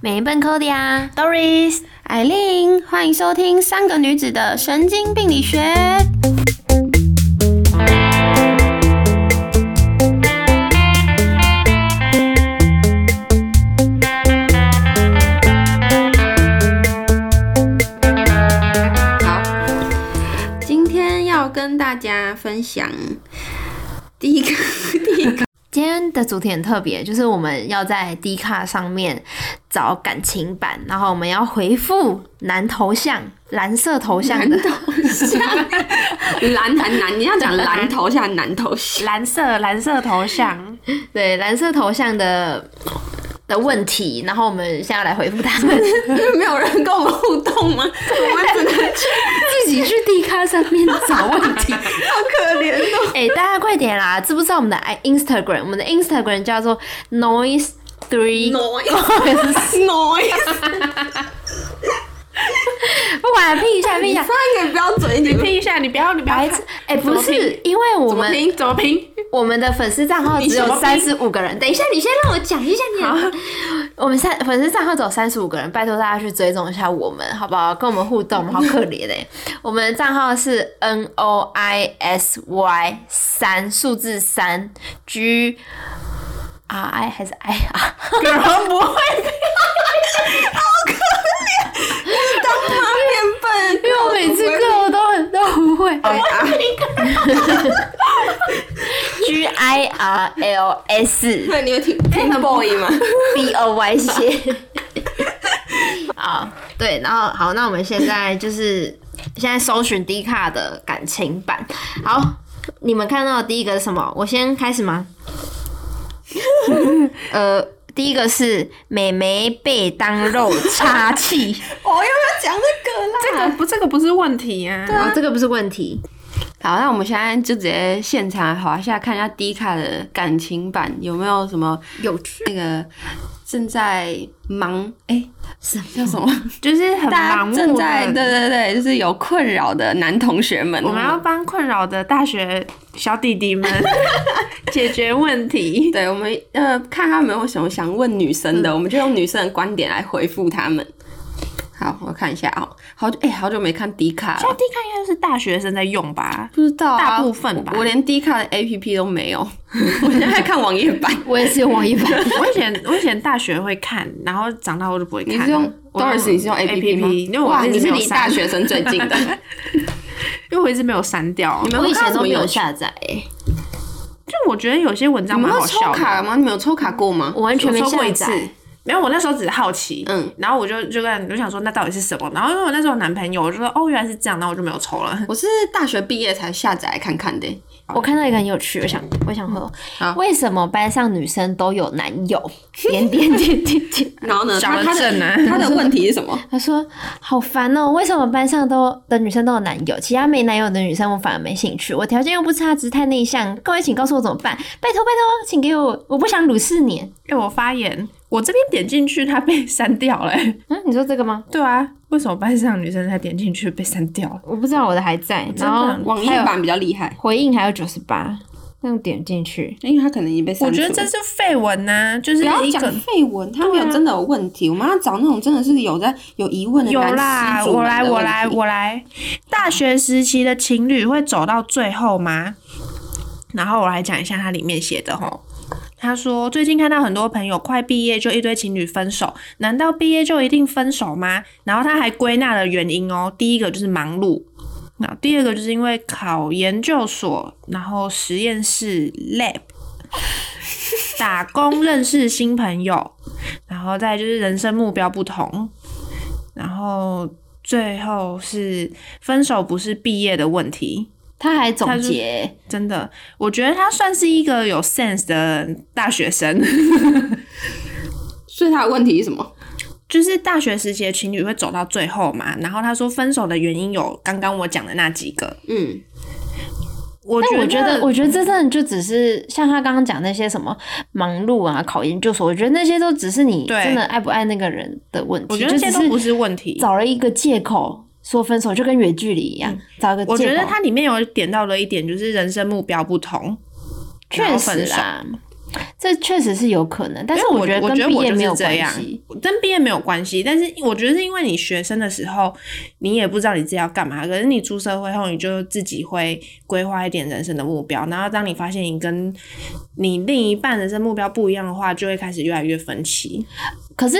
美笨扣的呀，Doris、艾琳，欢迎收听《三个女子的神经病理学》。好，今天要跟大家分享第一 个，第一个。今天的主题很特别，就是我们要在 D 卡上面找感情版，然后我们要回复男头像、蓝色头像的蓝男男，你要讲蓝头像男头像，蓝色蓝色头像， 对蓝色头像的的问题，然后我们现在要来回复他们， 没有人跟我们互动吗？我们只能去，自己去 D 卡上面找问 题。好可怜哦。哎、大家快点啦！知不知道我们的 i- Instagram？我们的 Instagram 叫做 Noise Three， noise，noise， 不管了，拼一下，拼一你下放，一个标准一点，拼一下，你不要你不要白看痴！哎、不怎么是，因为我怎么们拼怎么拼，我们的粉丝账号你只什有么三拼十五个人。等一下，你先让我讲一下你的。我们三粉丝账号只有三十五个人，拜托大家去追踪一下我们，好不好？跟我们互动，我们好可怜嘞、我们的账号是 N O I S Y 三数字三 G R I 还是 I R？有人不会当妈变笨，因为我每次课我都很都不会。G I R L S 对，你有听 Pink Boy 吗？ B O Y 写。啊，对，然后好，那我们现在就是现在搜寻 D 卡的感情版。好，你们看到的第一个是什么？我先开始吗？ 呃，第一个是美眉被当肉叉气，我又要讲这个啦。这个不这个不是问题啊，然后哦这个不是问题。好，那我们现在就直接现场滑下看一下 D 卡的感情版有没有什么有趣，那个正在忙哎、什么叫什么？就是很大盲家目正在对对的。对，就是有困扰的男同学们，我们要帮困扰的大学小弟弟们 解决问题。对我们呃看他们有什么想问女生的，我们就用女生的观点来回复他们。好，我看一下哦，好久哎、好久没看 D 卡小了，弟看应该是大学生在用吧？不知道、啊、大部分吧我我连 D 卡的 A P P 都没 有，我现在看网页版。我也是用网易版。我以前我以前大学会看，然后长大我就不会 看你了。是用我 Doris，你是用 A P P 吗？因为我哇，一你直没是有离大删，学生最近的。因为我一直没有删掉。你们 我以看前什都么没有有趣？下载、欸，就我觉得有些文章你们蛮好有抽笑的。卡吗？你们有抽卡过吗？我完全没我说过下一载次。没有，我那时候只是好奇，嗯嗯，然后我就就跟我想说那到底是什么，然后因为我那时候有男朋友，我就说哦原来是这样，然后我就没有抽了。我是大学毕业才下载来看看的。我看到一个很有趣，我想我想喝好。为什么班上女生都有男友？ 点点点点点。 然后呢，小他他人的正啊他的问题是什 么？他说好烦哦、为什么班上都的女生都有男友，其他没男友的女生我反而没兴趣？我条件又不差，只是太内向。各位请告诉我怎么办？拜托拜托，请给我，我不想鲁四年。因哎为我发言，我这边点进去它被删掉了、欸嗯，你说这个吗？对啊，为什么班上女生她点进去被删掉了？我不知道我的还在，然后的网页版比较厉害，回应还有九十八，那种点进去。因为他可能已经被删我除觉了得这是绯闻呐，啊就是不要一讲个。绯闻，他没有真的有问题。我们要找那种真的是有在有疑问的有男啦，士主我人来，的我问来，题我来。大学时期的情侣会走到最后吗？然后我来讲一下它里面写的吼。他说：“最近看到很多朋友快毕业就一堆情侣分手，难道毕业就一定分手吗？”然后他还归纳了原因哦，第一个就是忙碌，然后第二个就是因为考研究所，然后实验室 lab，打工认识新朋友，然后再就是人生目标不同，然后最后是分手不是毕业的问题，他还总他是结，真的，我觉得他算是一个有 sense 的大学生， 所以他的问题是什么？就是大学时期的情侣会走到最后嘛。然后他说分手的原因有刚刚我讲的那几个，嗯，我但觉我觉得，得。我觉得这真的就只是像他刚刚讲那些什么忙碌啊、考研究所，我觉得那些都只是你对真的爱不爱那个人的问题。我觉得这些就都只不是问题，找了一个借口说分手，就跟远距离一样，找一个借口。嗯我觉得它里面有点到了一点，就是人生目标不同，然确后实分手。啦，这确实是有可能，但是因为我觉得我跟觉得毕我业就是没有这关样系。跟毕业没有关系，但是我觉得是因为你学生的时候，你也不知道你自己要干嘛，可是你出社会后，你就自己会规划一点人生的目标，然后当你发现你跟你另一半人生目标不一样的话，就会开始越来越分歧。可是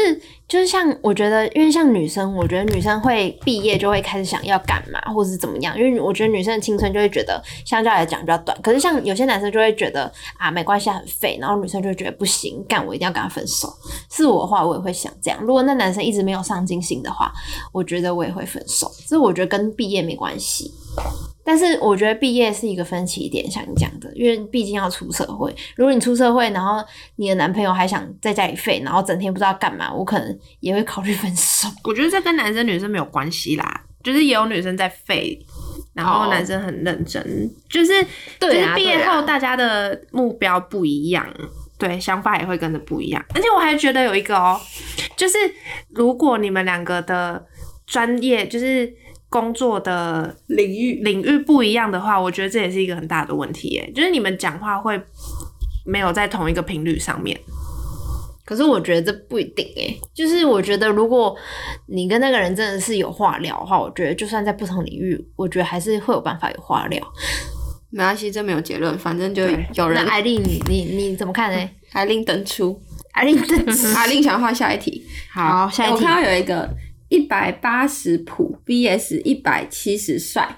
就是像我觉得，因为像女生，我觉得女生会毕业就会开始想要干嘛，或是怎么样，因为我觉得女生的青春就会觉得啊相较来讲比较短。可是像有些男生就会觉得啊没关系很废，然后女生就会觉得不行，干我一定要跟他分手。是我的话，我也会想这样。如果那男生一直没有上进心的话，我觉得我也会分手。这我觉得跟毕业没关啊系。但是我觉得毕业是一个分歧点，像你讲的，因为毕竟要出社会。如果你出社会，然后你的男朋友还想在家里废，然后整天不知道干嘛，我可能也会考虑分手。我觉得这跟男生女生没有关系啦，就是也有女生在废。然后哦男生很认真就是对啊就是对毕业啊后大家的目标不一样，对，想法也会跟着不一样。而且我还觉得有一个哦，就是如果你们两个的专业就是工作的领域领域不一样的话，我觉得这也是一个很大的问题耶，就是你们讲话会没有在同一个频率上面。 可是我觉得这不一定诶、就是我觉得如果你跟那个人真的是有话聊的话，我觉得就算在不同领域，我觉得还是会有办法有话聊。没关系，这没有结论，反正就对有那人艾丽，你你你怎么看呢？还另登出。 艾丽真的啊，另想换下一题。 哎好下一我题看到有一个一百八十普 VS 一百七十帅。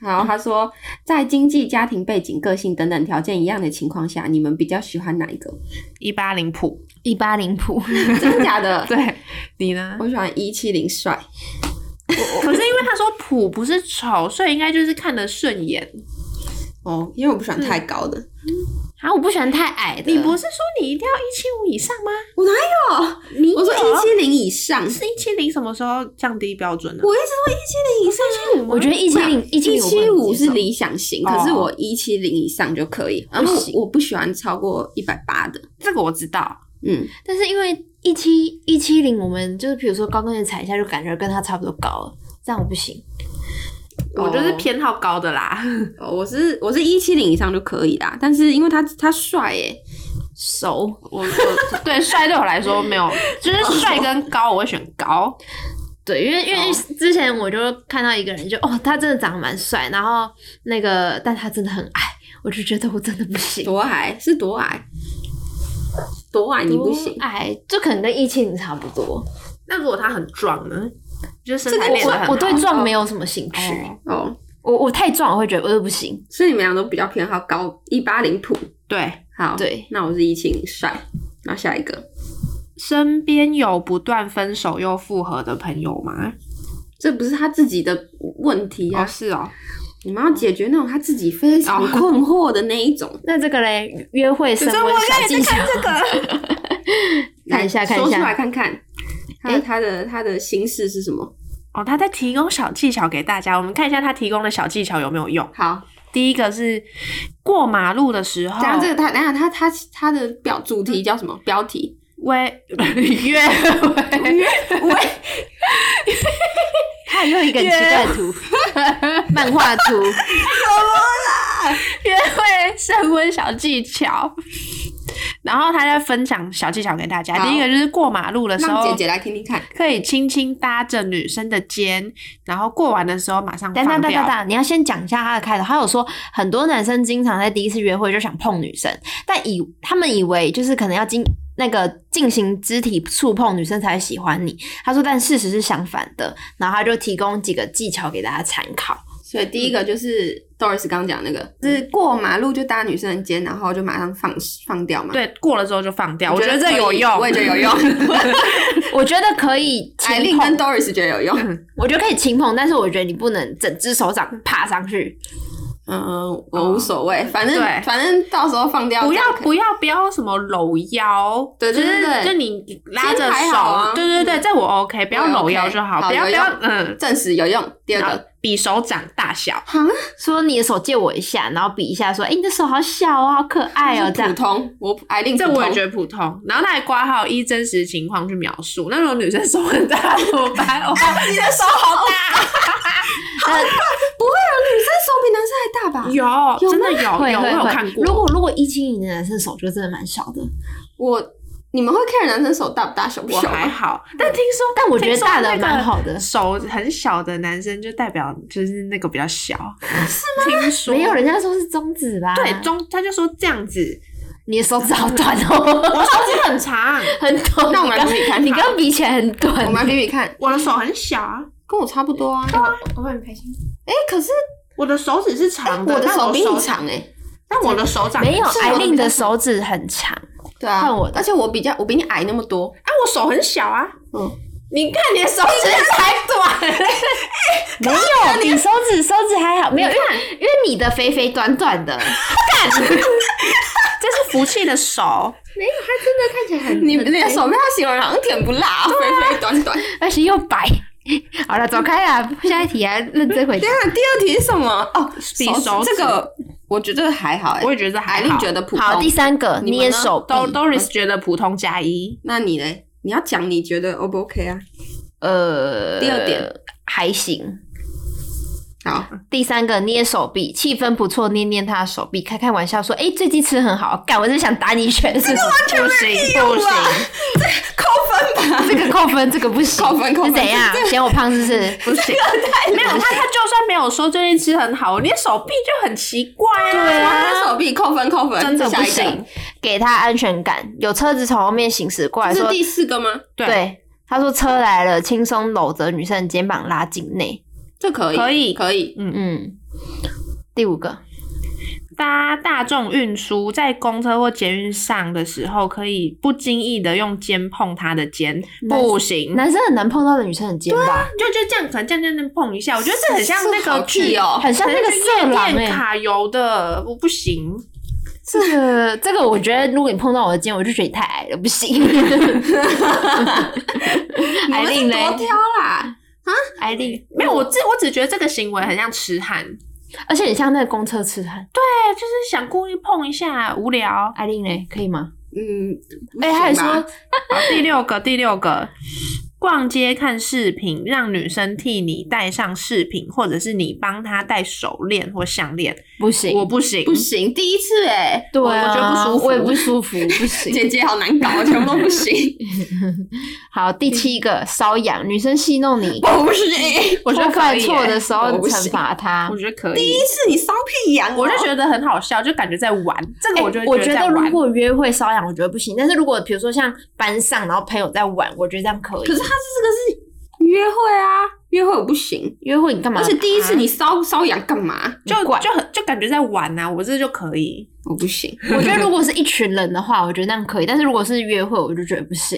然后他说，在经济、家庭背景、个性等等条件一样的情况下，你们比较喜欢哪一个？一八零谱，一八零谱，真的假的？对你呢？我喜欢一七零帅。可是因为他说谱不是丑，所以应该就是看得顺眼。哦，因为我不喜欢太高的。 啊，我不喜欢太矮的。你不是说你一定要一七五以上吗？我哪有？你我说有一七零以上，我一直是一七零什么时候降低标准呢？说一七零以上。嗯我觉得一七零一七一零七五是理想型，可是哦我一七零以上就可以。然不后行我不喜欢超过一百八的。这个我知道，嗯，但是因为一七一七零，我们就是比如说高跟鞋踩一下，就感觉跟他差不多高了，这样我不行。我就是哦偏好高的 啦。哦，我是我是一七零以上就可以啦，但是因为他他帅耶，熟，我 我对帅对我来说没有，就是帅跟高我会选高。对，因为因为之前我就看到一个人就，哦，他真的长得蛮帅，然后那个，但他真的很矮，我就觉得我真的不行，多矮是多矮，多矮你不行多，矮就可能跟一七零差不多。 那如果他很壮呢？就是这身材个练得很我好。我对壮没有什么兴趣，哦哦，我我太壮我会觉得我就不行。所以你们俩都比较偏好高一八零普，对，好，对，那我是一七零帅，那下一个，身边有不断分手又复合的朋友吗？这不是他自己的问题哦，啊，是哦，你们要解决那种他自己非常哦困惑的那一 种，那这个嘞，约会升温小技巧，看一下看一说出来下，看看，他、诶他的他的心事是什么？哦，他在提供小技巧给大家，我们看一下他提供的小技巧有没有用。好，第一个是过马路的时候，讲到这个他等一下他他他的表主题叫什么？标题？喂 约会，喂。 他用一个很奇怪的 图，漫画图，约会升温小技巧。然后他在分享小技巧给大家，好第一个就是过马路的时让候姐，姐来听听看。可以轻轻搭着女生的肩，然后过完的时候马上等等放等等掉。等，你要先讲一下他的开头。他有说，很多男生经常在第一次约会就想碰女生，但以他们以为就是可能要经那个进行肢体触碰，女生才会喜欢你。他说，但事实是相反的。然后他就提供几个技巧给大家参考。所以第一个就是 Doris 刚刚讲那个，就是过马路就搭女生的肩，然后就马上放放掉嘛。，对，过了之后就放掉，我觉得可这以有用，我也觉得有。 用。 我觉得可以艾轻琳跟碰， Doris 觉得有用。我觉得可以轻碰，但是我觉得你不能整只手掌爬上去。嗯，我无所谓，反正哦对反正到时候放掉不这要样哦可以不要不要什么搂腰，对对对就是对就你拉着肩还手，好啊对对对，这我 OK，不要我也搂 OK，腰就好，好不要有不要用嗯，证实有用。第然二后个，比手掌大小，哈，说你的手借我一下，然后比一下，说，哎、你的手好小哦，好可哎爱哦，这普样。通，我艾琳这我也觉 得。得普通。然后他还挂号依真实情况去描述，那如果女生手很大怎么办？哦， 你的手好大，那不会有女生手手比男生还大吧？有，有真的有会有，我会有会看过。如果如果一七零的男生手就真的蛮小的，我你们会 care 男生手大不大、小不我小还吗？好，但听说，但我觉得听说大的那个蛮好的手很小的男生就代表就是那个比较小，是吗？听说没有人家说是中指吧？对，中，他就说这样子，你的手指好短哦， 我手指很长，很短。那我们来你比刚比看你好刚刚比起来很短我们。来比比看，我的手很小啊，跟我差不多 啊。我很开心。哎、可是我的手指是长的，我的但手比你掌长哎、但我的手掌没有，是我艾们琳比较的手指很长，对啊，换我的而且我比较我比你矮那么多，啊，我手很小啊，嗯，你看你的手 指才短，没有， 你手指手指还好，没有，因为因为你的肥肥短短的，这是福气的手，没有，他真的看起来很你你的手被他形容好像甜不辣、啊肥肥短短。而且又白。 好了，走开啦，下一题啊，认真回答等。一下第二题是什么？哦，比指手指这个我觉得还好哎、 我也觉得还艾好琳觉得普好，通第。三个你们呢捏手臂， Do Doris 觉得普通加一，那你嘞？你要讲你觉得 O 不 OK 啊？呃，第二点还行。好，第三个捏手臂，气氛不错，捏捏他的手臂，开开玩笑说：“哎、最近吃很好，干，我真想打你一拳。”这个不行不行，扣分吧。这个扣分，这个不行，扣分扣分是怎样这？嫌我胖是不是？不行，哎 没有他，他就算没有说最近吃很好，你的手臂就很奇怪啊。对啊他手臂扣分扣分，真的下不一个行。给他安全感。有车子从后面行驶过来这说是第四个吗？：“对对，他说车来了，轻松搂着女生的肩膀拉进内。这可以，可以可以。”嗯，第五个，搭大众运输，在公车或捷运上的时候，可以不经意的用肩碰他的肩，男不行，男生很难碰到的女生的肩膀，就就这样，可能这样这样碰一下，我觉得这很像那这好个欸去气哦很像那个色狼哎、夜店卡油的，我不行。这个这个，我觉得如果你碰到我的肩，我就觉得你太矮了，不 行。哦你艾们哎是琳嘞，多挑啦，艾琳没有，我只我只觉得这个行为很像痴汉，对，而且你像那个公车痴汉，就是想故意碰一下，无聊。艾琳嘞可以吗？嗯，哎、不还行吧说好，第六个，第六个，逛街看饰品，让女生替你戴上饰品，或者是你帮她戴手链或项链，不行，我不行，不行，第一次哎，对我啊，我觉得不舒服，我也不舒服，不行。姐姐好难搞，啊全部都不 行，好，第七个瘙痒，女生戏弄你，我不行。我觉得或可犯以耶、错的时候我不惩行罚她我。觉得 可第以一。次你骚屁痒哦，我就觉得很好笑，就感觉在玩这个，欸我就我觉觉在得玩如果约会瘙痒，我觉得不行。但是如果比如说像班上，然后朋友在玩，我觉得这样可以。可是他这个是约会啊，约会我不行，约会你干嘛？而且第一次你骚骚痒干嘛？就很怪就很就感觉在玩呐、啊，我这就可以。我不行， 我觉得如果是一群人的话，我觉得那样可以。但是如果是约会，我就觉得不行，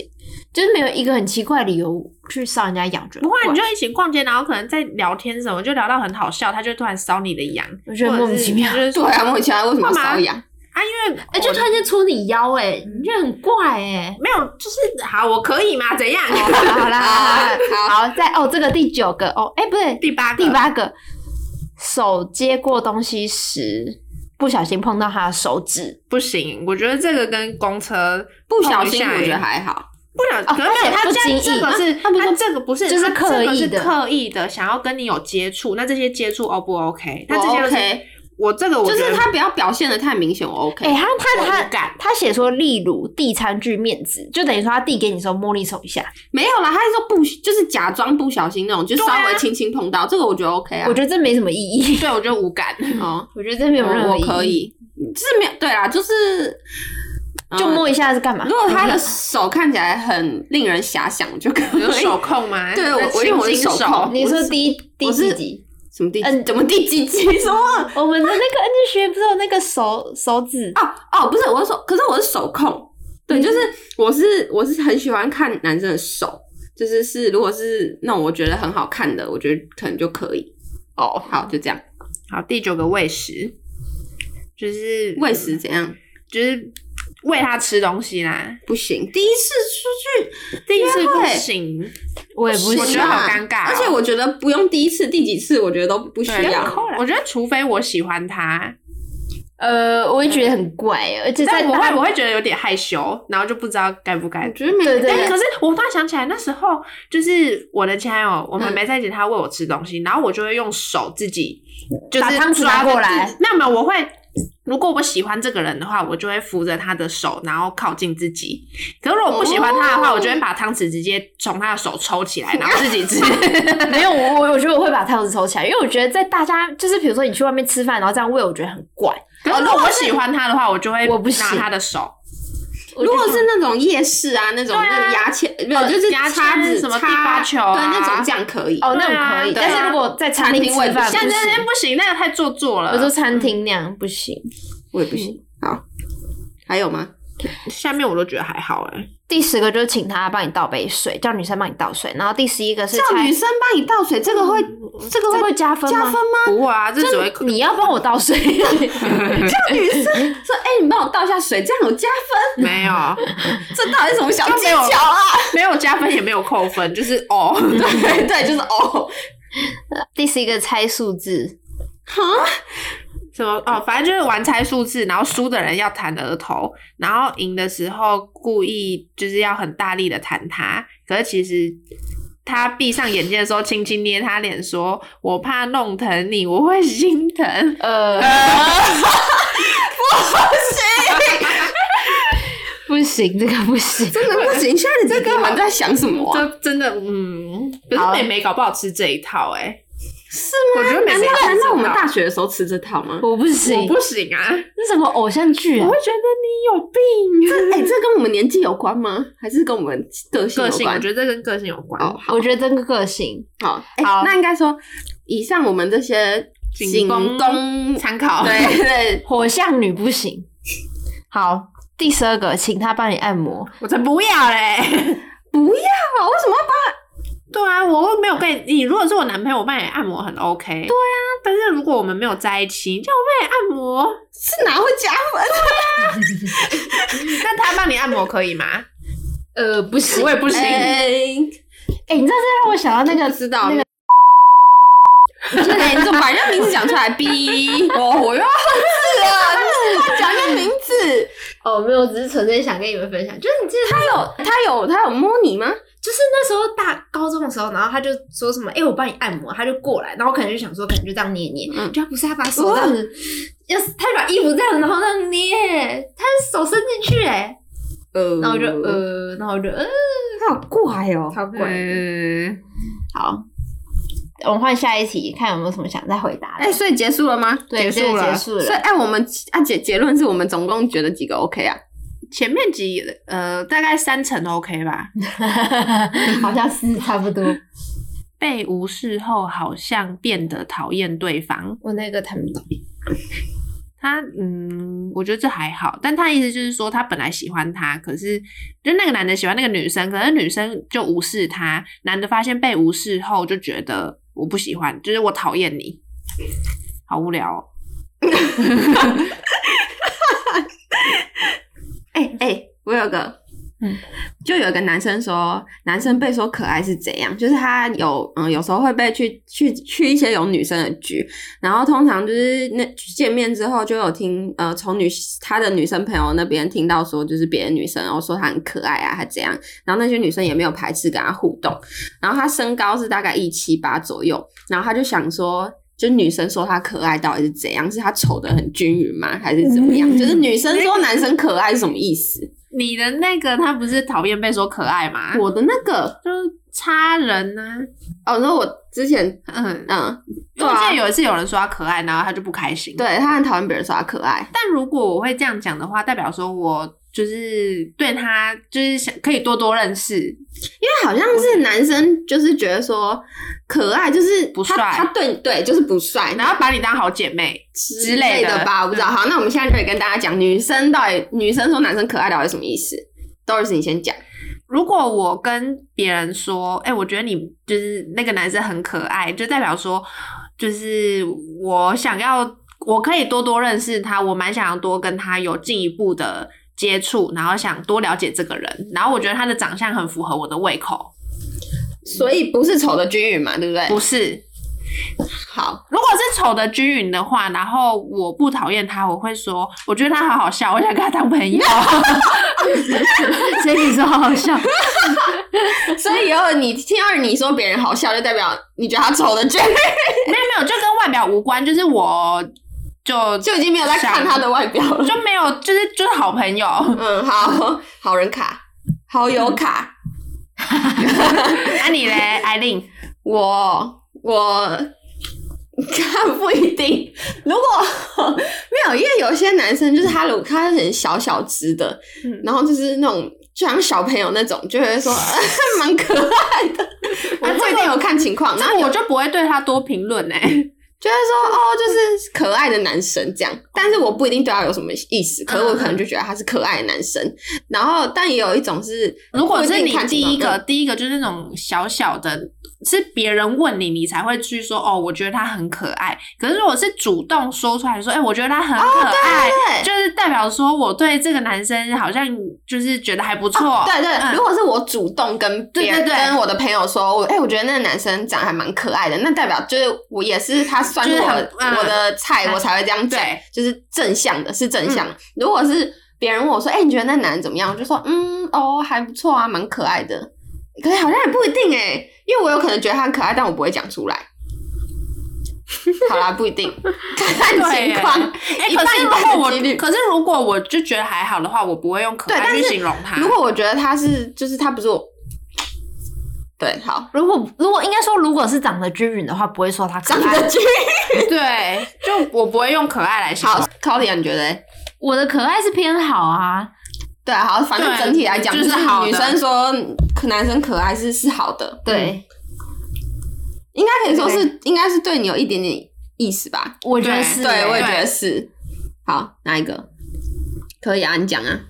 就是没有一个很奇怪的理由去搔人家痒，觉得不会啊，怪你就一起逛街，然后可能在聊天什么，就聊到很好笑，他就突然搔你的痒，我觉得莫名其妙 或者是对就是啊，莫名其妙为什么要干嘛瘙痒？啊，因为哎、就突然间戳你腰、哎，你觉得很怪、哎。没有，就是好，我可以嘛？ 怎样？好啦 好啦好啦，好好再哦，这个第九个哦，哎、不对，第八个，第八个，手接过东西时不小心碰到他的手指，不行，我觉得这个跟公车 不小心碰一下我觉得还好，不想，哦可能没有他他不这经意这个是啊他不是说这个不是，就是他刻意这个的是刻意的想要跟你有接触，那这些接触 O 不 OK？我那这些就是 OK，我这个我就觉是得他不要表现的太明显，我 OK 哎、。他我他无他感他写说，例如递餐具面子，就等于说他递给你的时候摸你手一下，没有啦，他是说不，就是假装不小心那种，就对稍啊微轻轻碰到，这个我觉得 OK 啊。我觉得这没什么意义，对我觉得无感， 哦，我觉得这没有任我何意我义，可以，就是没有对啦，就是就。嗯摸一下是干嘛？嗯如果他的手看起来很令人遐想，就可你说以。哎手控吗？对我我轻用我的轻手控你说第一第我是几集？什么第嗯怎么第几集？什么？我们的那个 NG 学不是有那个手手指？哦哦，不是，我是说，可是我是手控，嗯对，就是我是我是很喜欢看男生的手，就是是如果是那种我觉得很好看的，我觉得可能就可以。哦，好，就这样。嗯好，第九个喂食，就是喂食怎样？就是喂它吃东西啦。不行，第一次出去第一次约不会行，我也不行我啊觉得行。好尴尬哦而且我觉得不用第一次、第几次，我觉得都不需对啊要。扣了我觉得除非我喜欢它，呃，我也觉得很怪，而且在但我大会我会觉得有点害羞，然后就不知道该不该我。觉得没对对但对可是我突然想起来，那时候就是我的前男友，我们嗯没在一起，他喂我吃东西，然后我就会用手自己就是把汤匙拿抓着过来自己没有没有，我会如果我喜欢这个人的话，我就会扶着他的手，然后靠近自己。可是如果我不喜欢他的话，哦我就会把汤匙直接从他的手抽 起来，然后自己吃。没有我我我觉得我会把汤匙抽起来，因为我觉得在大家就是比如说你去外面吃饭，然后这样喂，我觉得很怪。可是如果我喜欢他的话，我就会我不拿行他的手。我如觉得果是那种夜市啊，那种对啊那个牙签没有，呃就是牙签叉子什么叉地瓜球啊对那种这样可以。哦那种对啊可以，对啊但是如果在餐厅餐厅喂吃饭，不行像不这行些不行，那个太做作了。我说餐厅那样不行。我也不行。嗯好，还有吗？下面我都觉得还好哎、第十个就是请他帮你倒杯水，叫女生帮你倒水。然后第十一个是叫猜女生帮你倒水，这个会这个这会会加分加吗分？吗？不会啊，这只会你要帮我倒 水，叫 女生说：“哎，你帮我倒一下水，这样有加分。没有这到底是什么小技没有巧啊？没有加分也没有扣分，就是哦， 对对，就是哦，第十一个猜数字，什么哦，反正就是玩猜数字，然后输的人要弹额头，然后赢的时候故意就是要很大力的弹他，可是其实。他闭上眼睛的时候，轻轻捏他脸，说：“我怕弄疼你，我会心疼。 呃， 不行，这个不行。真的不行。现在你这哥们在想什么啊？这真的，嗯，可好是妹妹搞不好吃这一套、欸，哎，是吗？我觉得妹难妹道难道我们吃这一套大学的时候吃这套 吗？我不我行，不行啊，这什么偶像剧啊我？会觉得你有病。哎，这跟我们年纪有关吗？还是跟我们个性个有性，我关？觉得这跟个性有关。哦，好我觉得真个个性，好，哎好那应该说，以上我们这些仅仅供 供参考对对，火象女不行。好，第十二个，请他帮你按摩。我才不要嘞！不要，啊为什么要对啊，我又没有跟你，你如果是我男朋友，我帮你按摩很 OK。对啊，但是如果我们没有在一起，你叫我帮你按摩，是哪会加分？那他帮你按摩可以 吗？呃，不行我也不行。哎、你知道这让我想到那个不知道 那个，就是哎你怎么把人家名字讲出来？ 逼哦，我又要是啊，你怎么讲人家名字？哦，没有，只是纯粹想跟你们分享，就是你记得他有他有他有摸你吗？就是那时候大高中的时候，然后他就说什么：“哎、我帮你按摩。”他就过来，然后我可能就想说，可能就这样捏捏，嗯就他不是他把手这样子，要是他把衣服这样，然后那样捏，他手伸进去、哎，呃然后我就呃，然后我就呃，他好怪哦，好怪。嗯，好，我们换下一题，看有没有什么想再回答的。哎，所以结束了吗？对，结束这了个结束所 以了。按我们按结结论是我们总共觉得几个 OK 啊？前面几呃大概三成 OK 吧。好像是差不多。被无视后，好像变得讨厌对方。我那个看不懂。他嗯，我觉得这还好，但他意思就是说，他本来喜欢他，可是就那个男的喜欢那个女生，可是女生就无视他，男的发现被无视后就觉得我不喜欢，就是我讨厌你，好无聊、哦。哎、 哎、我有个，嗯，就有个男生说，男生被说可爱是怎样？就是他有，嗯，有时候会被去去去一些有女生的局，然后通常就是那见面之后就有听，呃，从女他的女生朋友那边听到说，就是别的女生，然后说他很可爱啊，还怎样？然后那些女生也没有排斥跟他互动，然后他身高是大概一七八左右，然后他就想说。就女生说他可爱到底是怎样？是他丑的很均匀吗？还是怎么样？就是女生说男生可爱是什么意思？你的那个他不是讨厌被说可爱 吗？我的那个就是差人呢、哦，那我之前嗯，嗯，对我记啊得，有一次有人说他可爱，然后他就不开心。，对他很讨厌别人说他可爱，但如果我会这样讲的话，代表说我就是对他就是想可以多多认识，因为好像是男生就是觉得说可爱就是不他帅他对对就是不帅，然然后后把你当好姐妹。之类类的的嗯吧，我不知道。好，那我们现在可以跟大家讲，女生到底女生说男生可爱到底是什么意思？Doris，你先讲。如果我跟别人说，哎、我觉得你就是那个男生很可爱，就代表说，就是我想要，我可以多多认识他，我蛮想要多跟他有进一步的接触，然后想多了解这个人，然后我觉得他的长相很符合我的胃口，所以不是丑的均匀嘛，对不对？不是。好，如果是丑的均匀的话，然后我不讨厌他，我会说，我觉得他好好笑，我想跟他当朋友。 所以你说好好笑， 所以以后你听到你说别人好笑，就代表你觉得他丑的 就没有没有，就跟外表无关，就是我就就已经没有在看他的外表了。就没有，就是就是好朋 友。嗯，好，好人卡，好友嗯卡，那、啊你嘞，艾琳？我我看不一定。如果 没有，因为有些男生就是他，如果他很小小只的，嗯然后就是那种就像小朋友那种，就会说 蛮可爱的。我 啊这不个一定有看情况，然那后我就不会对他多评论哎。 就会说哦，就是可爱的男神这样，但是我不一定对他有什么意思，可是我可能就觉得他是可爱的男生。然后，但也有一种是，如果是不你定看第情一况个，第一个就是那种小小的，是别人问你，你才会去说哦，我觉得他很可爱。可是如果是主动说出来说，哎、我觉得他很可爱，哦对就是代表说我对这个男生好像就是觉得还不错。哦对对，嗯如果是我主动跟别人对对对跟我的朋友说，我哎、我觉得那个男生长得还蛮可爱的，那代表就是我也是他算是就是我很的、嗯我的菜，我才会这样讲对，嗯就是正向的，是正向。如果是别人问我说，哎、你觉得那男人怎么样？我就说，嗯，哦，还不错啊，蛮可爱的。可是好像也不一定哎、因为我有可能觉得他很可爱，但我不会讲出来。 好啦，不一定，看看对情耶况。哎、一可半是一如半的果我几率，可是如果我就觉得还好的话，我不会用可对但爱去是形容他。如果我觉得他是，就是他不是我，对，好，如果如果应该说，如果是长得均匀的话，不会说他可长爱。得均 对，就我不会用可爱来形容好。，高丽啊，你觉得嘞？我的可爱是偏好啊，对，好，反正对整体来讲，就就是是好的女生说可男生可爱是是好的，对，应该可以说是，应该是对你有一点点意思吧？我觉得对是欸。对，我也觉对得是。好，哪一个？可以啊，你讲啊。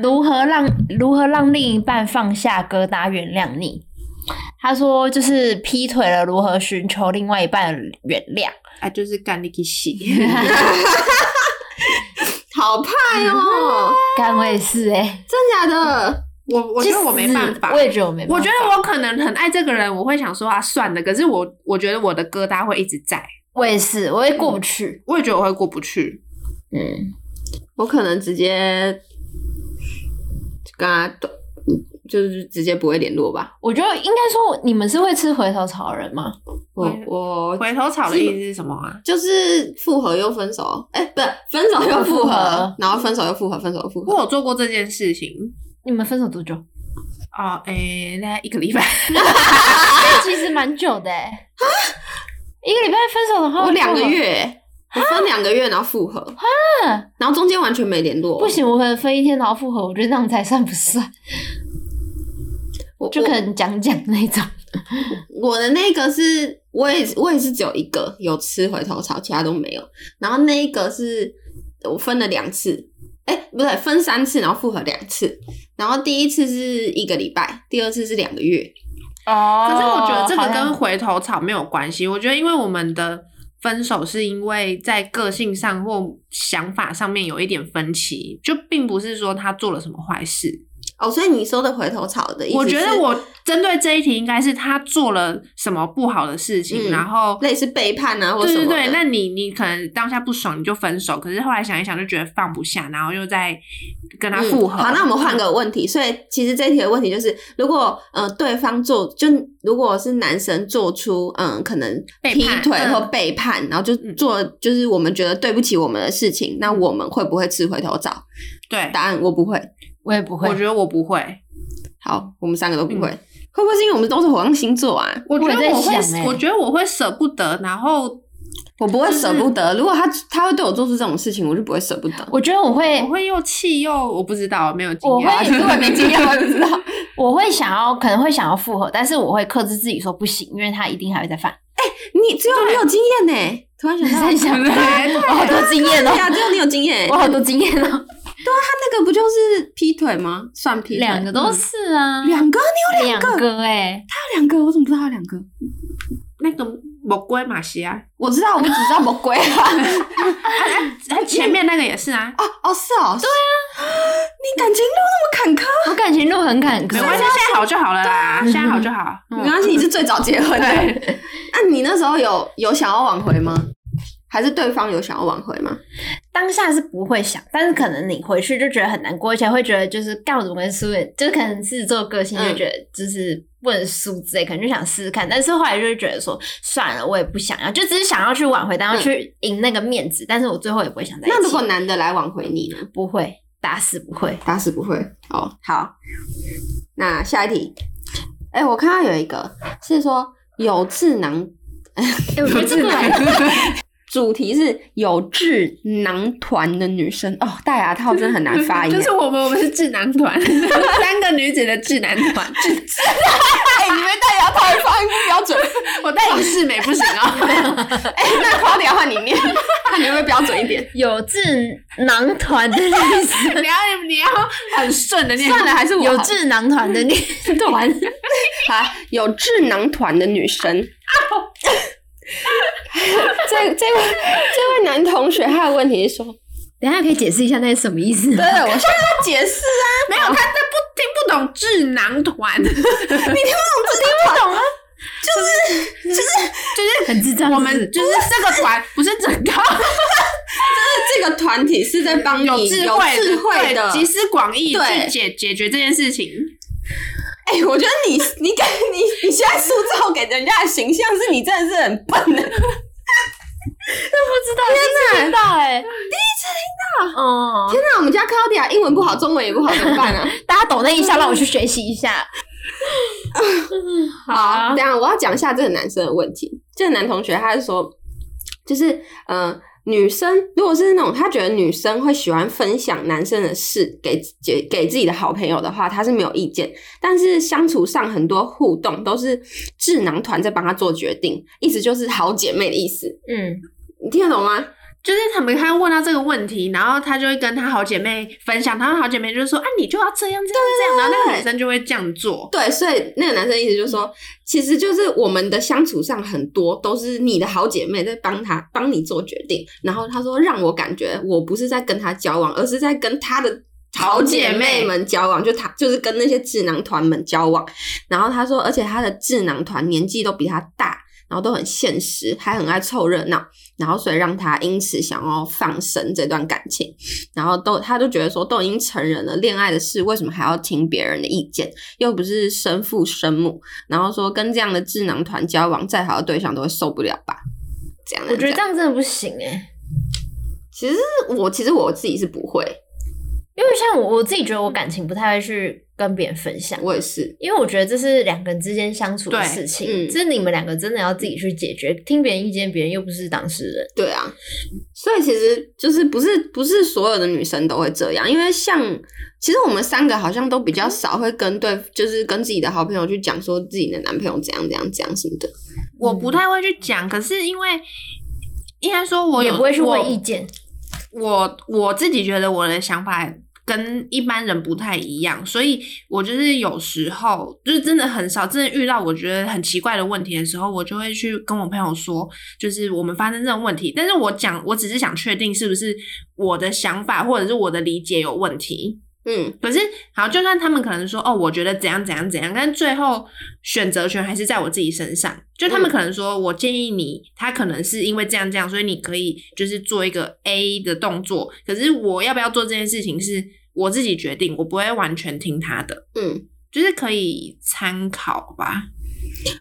如何让如何让另一半放下疙瘩，原谅你？他说，就是劈腿了，如何寻求另外一半的原谅？哎、就是干力气洗。好派哦， 干我也是哎、欸，真假的？我我觉得我没办法，我也觉得我没办法。我觉得我可能很爱这个人，我会想说啊，算了。可是我我觉得我的疙瘩会一直在，我也是，我也过不去。我也觉得我会过不去。嗯，我可能直接就跟他断，就是直接不会联络吧。我觉得应该说你们是会吃回头草的人吗？我我也我回头草的意思是什么啊？就是复合又分手，哎、不是分手又复复合合，然后分手又复合，分手又复合。我有做过这件事情你们分手多久？哦，诶、大概一个礼拜。 这其实蛮久的哎、一个礼拜分手的哦话，我两个月、我分两个月，然后复合，然后中间完全没联络，不，行，我可能分一天然后复合，我觉得那样才算不算，我就可能讲讲那种。我我的那个是，我也我也是只有一个有吃回头草，其他都没有。然后那一个是我分了两次，哎、不对，分三次，然后复合两次。然后第一次是一个礼拜，第二次是两个月，哦可是我觉得这个跟回头草没有关系。我觉得因为我们的分手是因为在个性上或想法上面有一点分歧，就并不是说他做了什么坏事。哦，所以你说的回头草的意思，我觉得我针对这一题应该是他做了什么不好的事情，嗯然后类似背叛啊，或什对对么对，的那你你可能当下不爽你就分手，可是后来想一想就觉得放不下，然后又再跟他复合。嗯好，那我们换个问题。所以其实这题的问题就是，如果呃对方做，就如果是男生做出嗯可能背劈叛腿嗯或背叛，然后就嗯做就是我们觉得对不起我们的事情，嗯那我们会不会吃回头草？对，答案我不会。我也不会，我觉得我不会，好，我们三个嗯都不会。会不会是因为我们都是火象星座啊？我觉我得也在我会，想欸我觉得我会舍不得，然后我不会就是舍不得。如果他他会对我做出这种事情，我就不会舍不得。我觉得我会我会又气又我不知道，没有经我验， 会如果没经验，我也不知道。我会想要，可能会想要复合，但是我会克制自己说不行，因为他一定还会再 犯。你只有你有经验呢、突然想到，在想， 我好多经验哦对，啊，只有你有经 验、我好多经验哦，那个不就是劈腿吗？算劈腿，两个都是啊，嗯两个，你两个哎，有两个，我怎么不知道有两个？那个魔鬼马西啊，我知道，我只 知道魔鬼啊！他前面那个也是啊，哦哦，是哦，对啊，你感情路那么坎坷，我感情路很坎坷没。关系，现在好就好了啦，现在好就好。嗯没关系，你是最早结婚的。那、你那时候有有想要挽回吗？还是对方有想要挽回吗？当下是不会想，但是可能你回去就觉得很难过，而且会觉得就是干我怎么跟输人，就是可能是做个性就觉得就是不能输之类，可能就想试试看。但是后来就是觉得说算了，我也不想要，就只是想要去挽回，但要去赢那个面子。但是我最后也不会想在一起。那如果男的来挽回你呢？不会，打死不会。打死不会哦。好，那下一题。哎、我看到有一个是说有智囊，哎、我觉得这个主题是有智囊团的女生哦，戴牙套真的很难发音。啊 就是我们，我们是智囊团，三个女子的智囊团。哎、你们戴牙套发音不标准，我带你试美不行哦。哎、那花点 换你念，看你会不会标准一点。 有智囊团的女 生，你要你要很顺的念，算了，还是我有好智囊团的女团，啊，有智囊团的女生。 这这位这位男同学他的问题是说， 等一下可以解释一下那是什么意思吗？ 对，我现在在解释啊，没有他这不听不懂智囊 团，你听不懂啊？很智障是我不是。们就是这个团， 不是整个这个团体是在帮你有智慧智慧的对。集思广益对去解解决这件事情。哎、我觉得你你给你你现在塑造给人家的形象是你真的是很笨的、知道，天哪，知道哎、第一次听到哦。天哪，我们家 Claudia 英文不好，中文也不好，怎么办啊？大家懂那一下，让我去学习一 下。好，啊等一下我要讲一下这个男生的问题。这个男同学他是说，就是呃，女生如果是那种他觉得女生会喜欢分享男生的事给给给自己的好朋友的话，他是没有意见。但是相处上很多互动都是智囊团在帮他做决定，意思就是好姐妹的意思。嗯，你听得懂吗？就是他们他问到这个问题，然后他就会跟他好姐妹分享，他好姐妹就说啊，你就要这样这样这样，然后那个女生就会这样做。对，所以那个男生意思就是说，其实就是我们的相处上很多都是你的好姐妹在帮他帮你做决定，然后他说让我感觉我不是在跟他交往，而是在跟他的。好姐妹们交往，就他就是跟那些智囊团们交往。然后他说，而且他的智囊团年纪都比他大，然后都很现实，还很爱凑热闹，然后所以让他因此想要放生这段感情。然后都他就觉得说，都已经成人了，恋爱的事为什么还要听别人的意见？又不是生父生母，然后说跟这样的智囊团交往，再好的对象都会受不了吧？这样的我觉得人这样真的不行哎、其实我其实我自己是不会，因为像我我自己觉得我感情不太会去跟别人分享，我也是，因为我觉得这是两个人之间相处的对事情，嗯这是你们两个真的要自己去解决。听别人意见，别人又不是当事人。对啊，所以其实就是不是不是所有的女生都会这样，因为像其实我们三个好像都比较少会跟对，就是跟自己的好朋友去讲说自己的男朋友怎样怎样怎样什么的，我不太会去讲，可是因为应该说我也有不会去我问意见，我我自己觉得我的想法跟一般人不太一样，所以我就是有时候就是真的很少，真的遇到我觉得很奇怪的问题的时候，我就会去跟我朋友说，就是我们发生这种问题。但是我讲，我只是想确定是不是我的想法或者是我的理解有问题。嗯，可是好，就算他们可能说哦，我觉得怎样怎样怎样，但最后选择权还是在我自己身上。就他们嗯可能说，我建议你，他可能是因为这样这样，所以你可以就是做一个 A 的动作。可是我要不要做这件事情是我自己决定，我不会完全听他的，嗯，就是可以参考吧。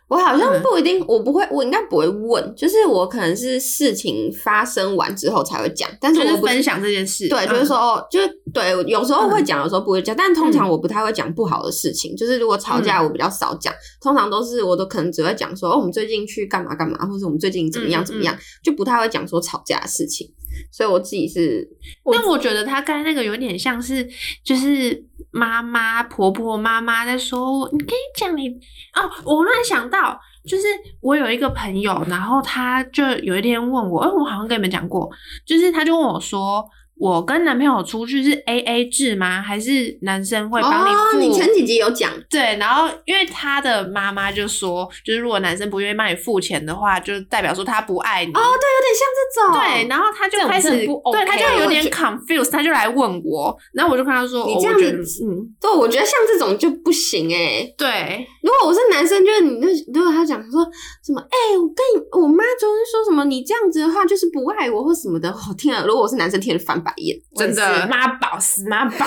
我好像嗯不一定，我不会，我应该不会问，就是我可能是事情发生完之后才会讲，但是就我是不是分享这件事，对，就是嗯说，哦，就是对，有时候会讲，有时候不会讲，但通常我不太会讲不好的事情。就是如果吵架，嗯我比较少讲，通常都是我都可能只会讲说，哦，我们最近去干嘛干嘛，或者我们最近怎么样嗯怎么样，就不太会讲说吵架的事情。所以我自己是，但我觉得他刚才那个有点像是，就是妈妈、婆婆、妈妈在说，你跟你讲你哦，我突然想到，就是我有一个朋哦友，然后他就有一天问我，哎、我好像跟你们讲过，就是他就问我说，我跟男朋友出去是 A A 制吗？还是男生会帮哦，付？嗯你前几集有讲，哦对，然后因为他的妈妈就说，就是如果男生不愿意帮你付钱的话，就代表说他不爱你。哦，对，有哦点像这种。对，然后他就这种开始真的不 OK 对，他就有点我觉 confused，他就来问我，然后我就跟他说，你哦这样我觉得子嗯，对，我觉得像这种就不行哎、对，如果我是男生，就是你那如果他讲说什么，哎、我跟你我妈昨天说什么，你这样子的话就是不爱我或什么的，我、哦、听了，如果我是男生，听了翻白 眼，真我也的是妈宝死妈宝，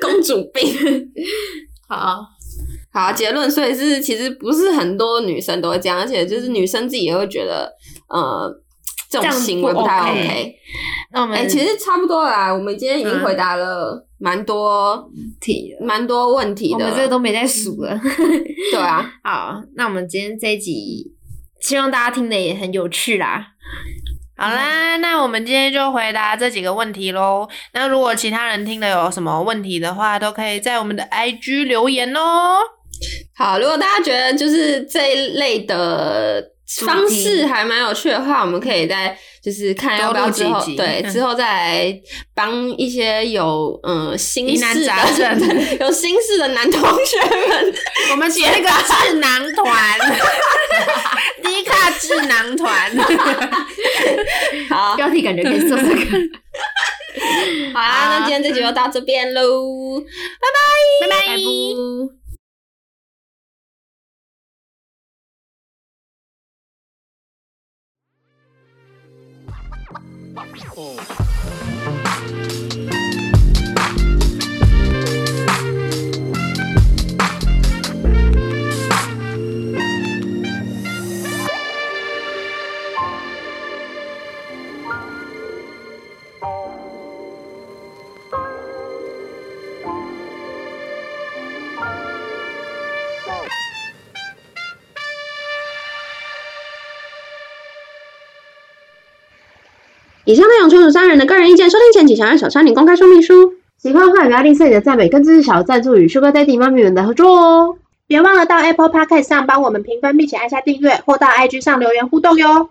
公主病。好，好，结论，所以是其实不是很多女生都会这样，而且就是女生自己也会觉得，呃，这种这样行为不不 OK 嗯太 OK。那我们哎、其实差不多了啦，我们今天已经嗯回答了蛮多题了，蛮多问题嗯我的，们这个都没在数了。对啊， 好，那我们今天这一集，希望大家听的也很有趣啦。 好啦，那我们今天就回答这几个问题喽。那如果其他人听了有什么问题的话，都可以在我们的 IG 留言哦。好，如果大家觉得就是这一类的方式还蛮有趣的话，我们可以再就是看要不要之多后录几集对嗯之后再来帮一些有嗯心疑难事杂 症的有心事的男同学 们，我们写那个智囊 团，迪卡智囊 团。好，好标题感觉可以做这个。啦，那今天这集就到这边喽，拜拜，拜拜以上内容纯属三人的个人意见，收听前请详阅小山林公开说明书。喜欢的话，不要吝啬你的赞美，跟支持小赞助与 Sugar Daddy 妈咪们的合作哦。别忘了到 Apple Podcast 上帮我们评分，并且按下订阅，或到 IG 上留言互动哟。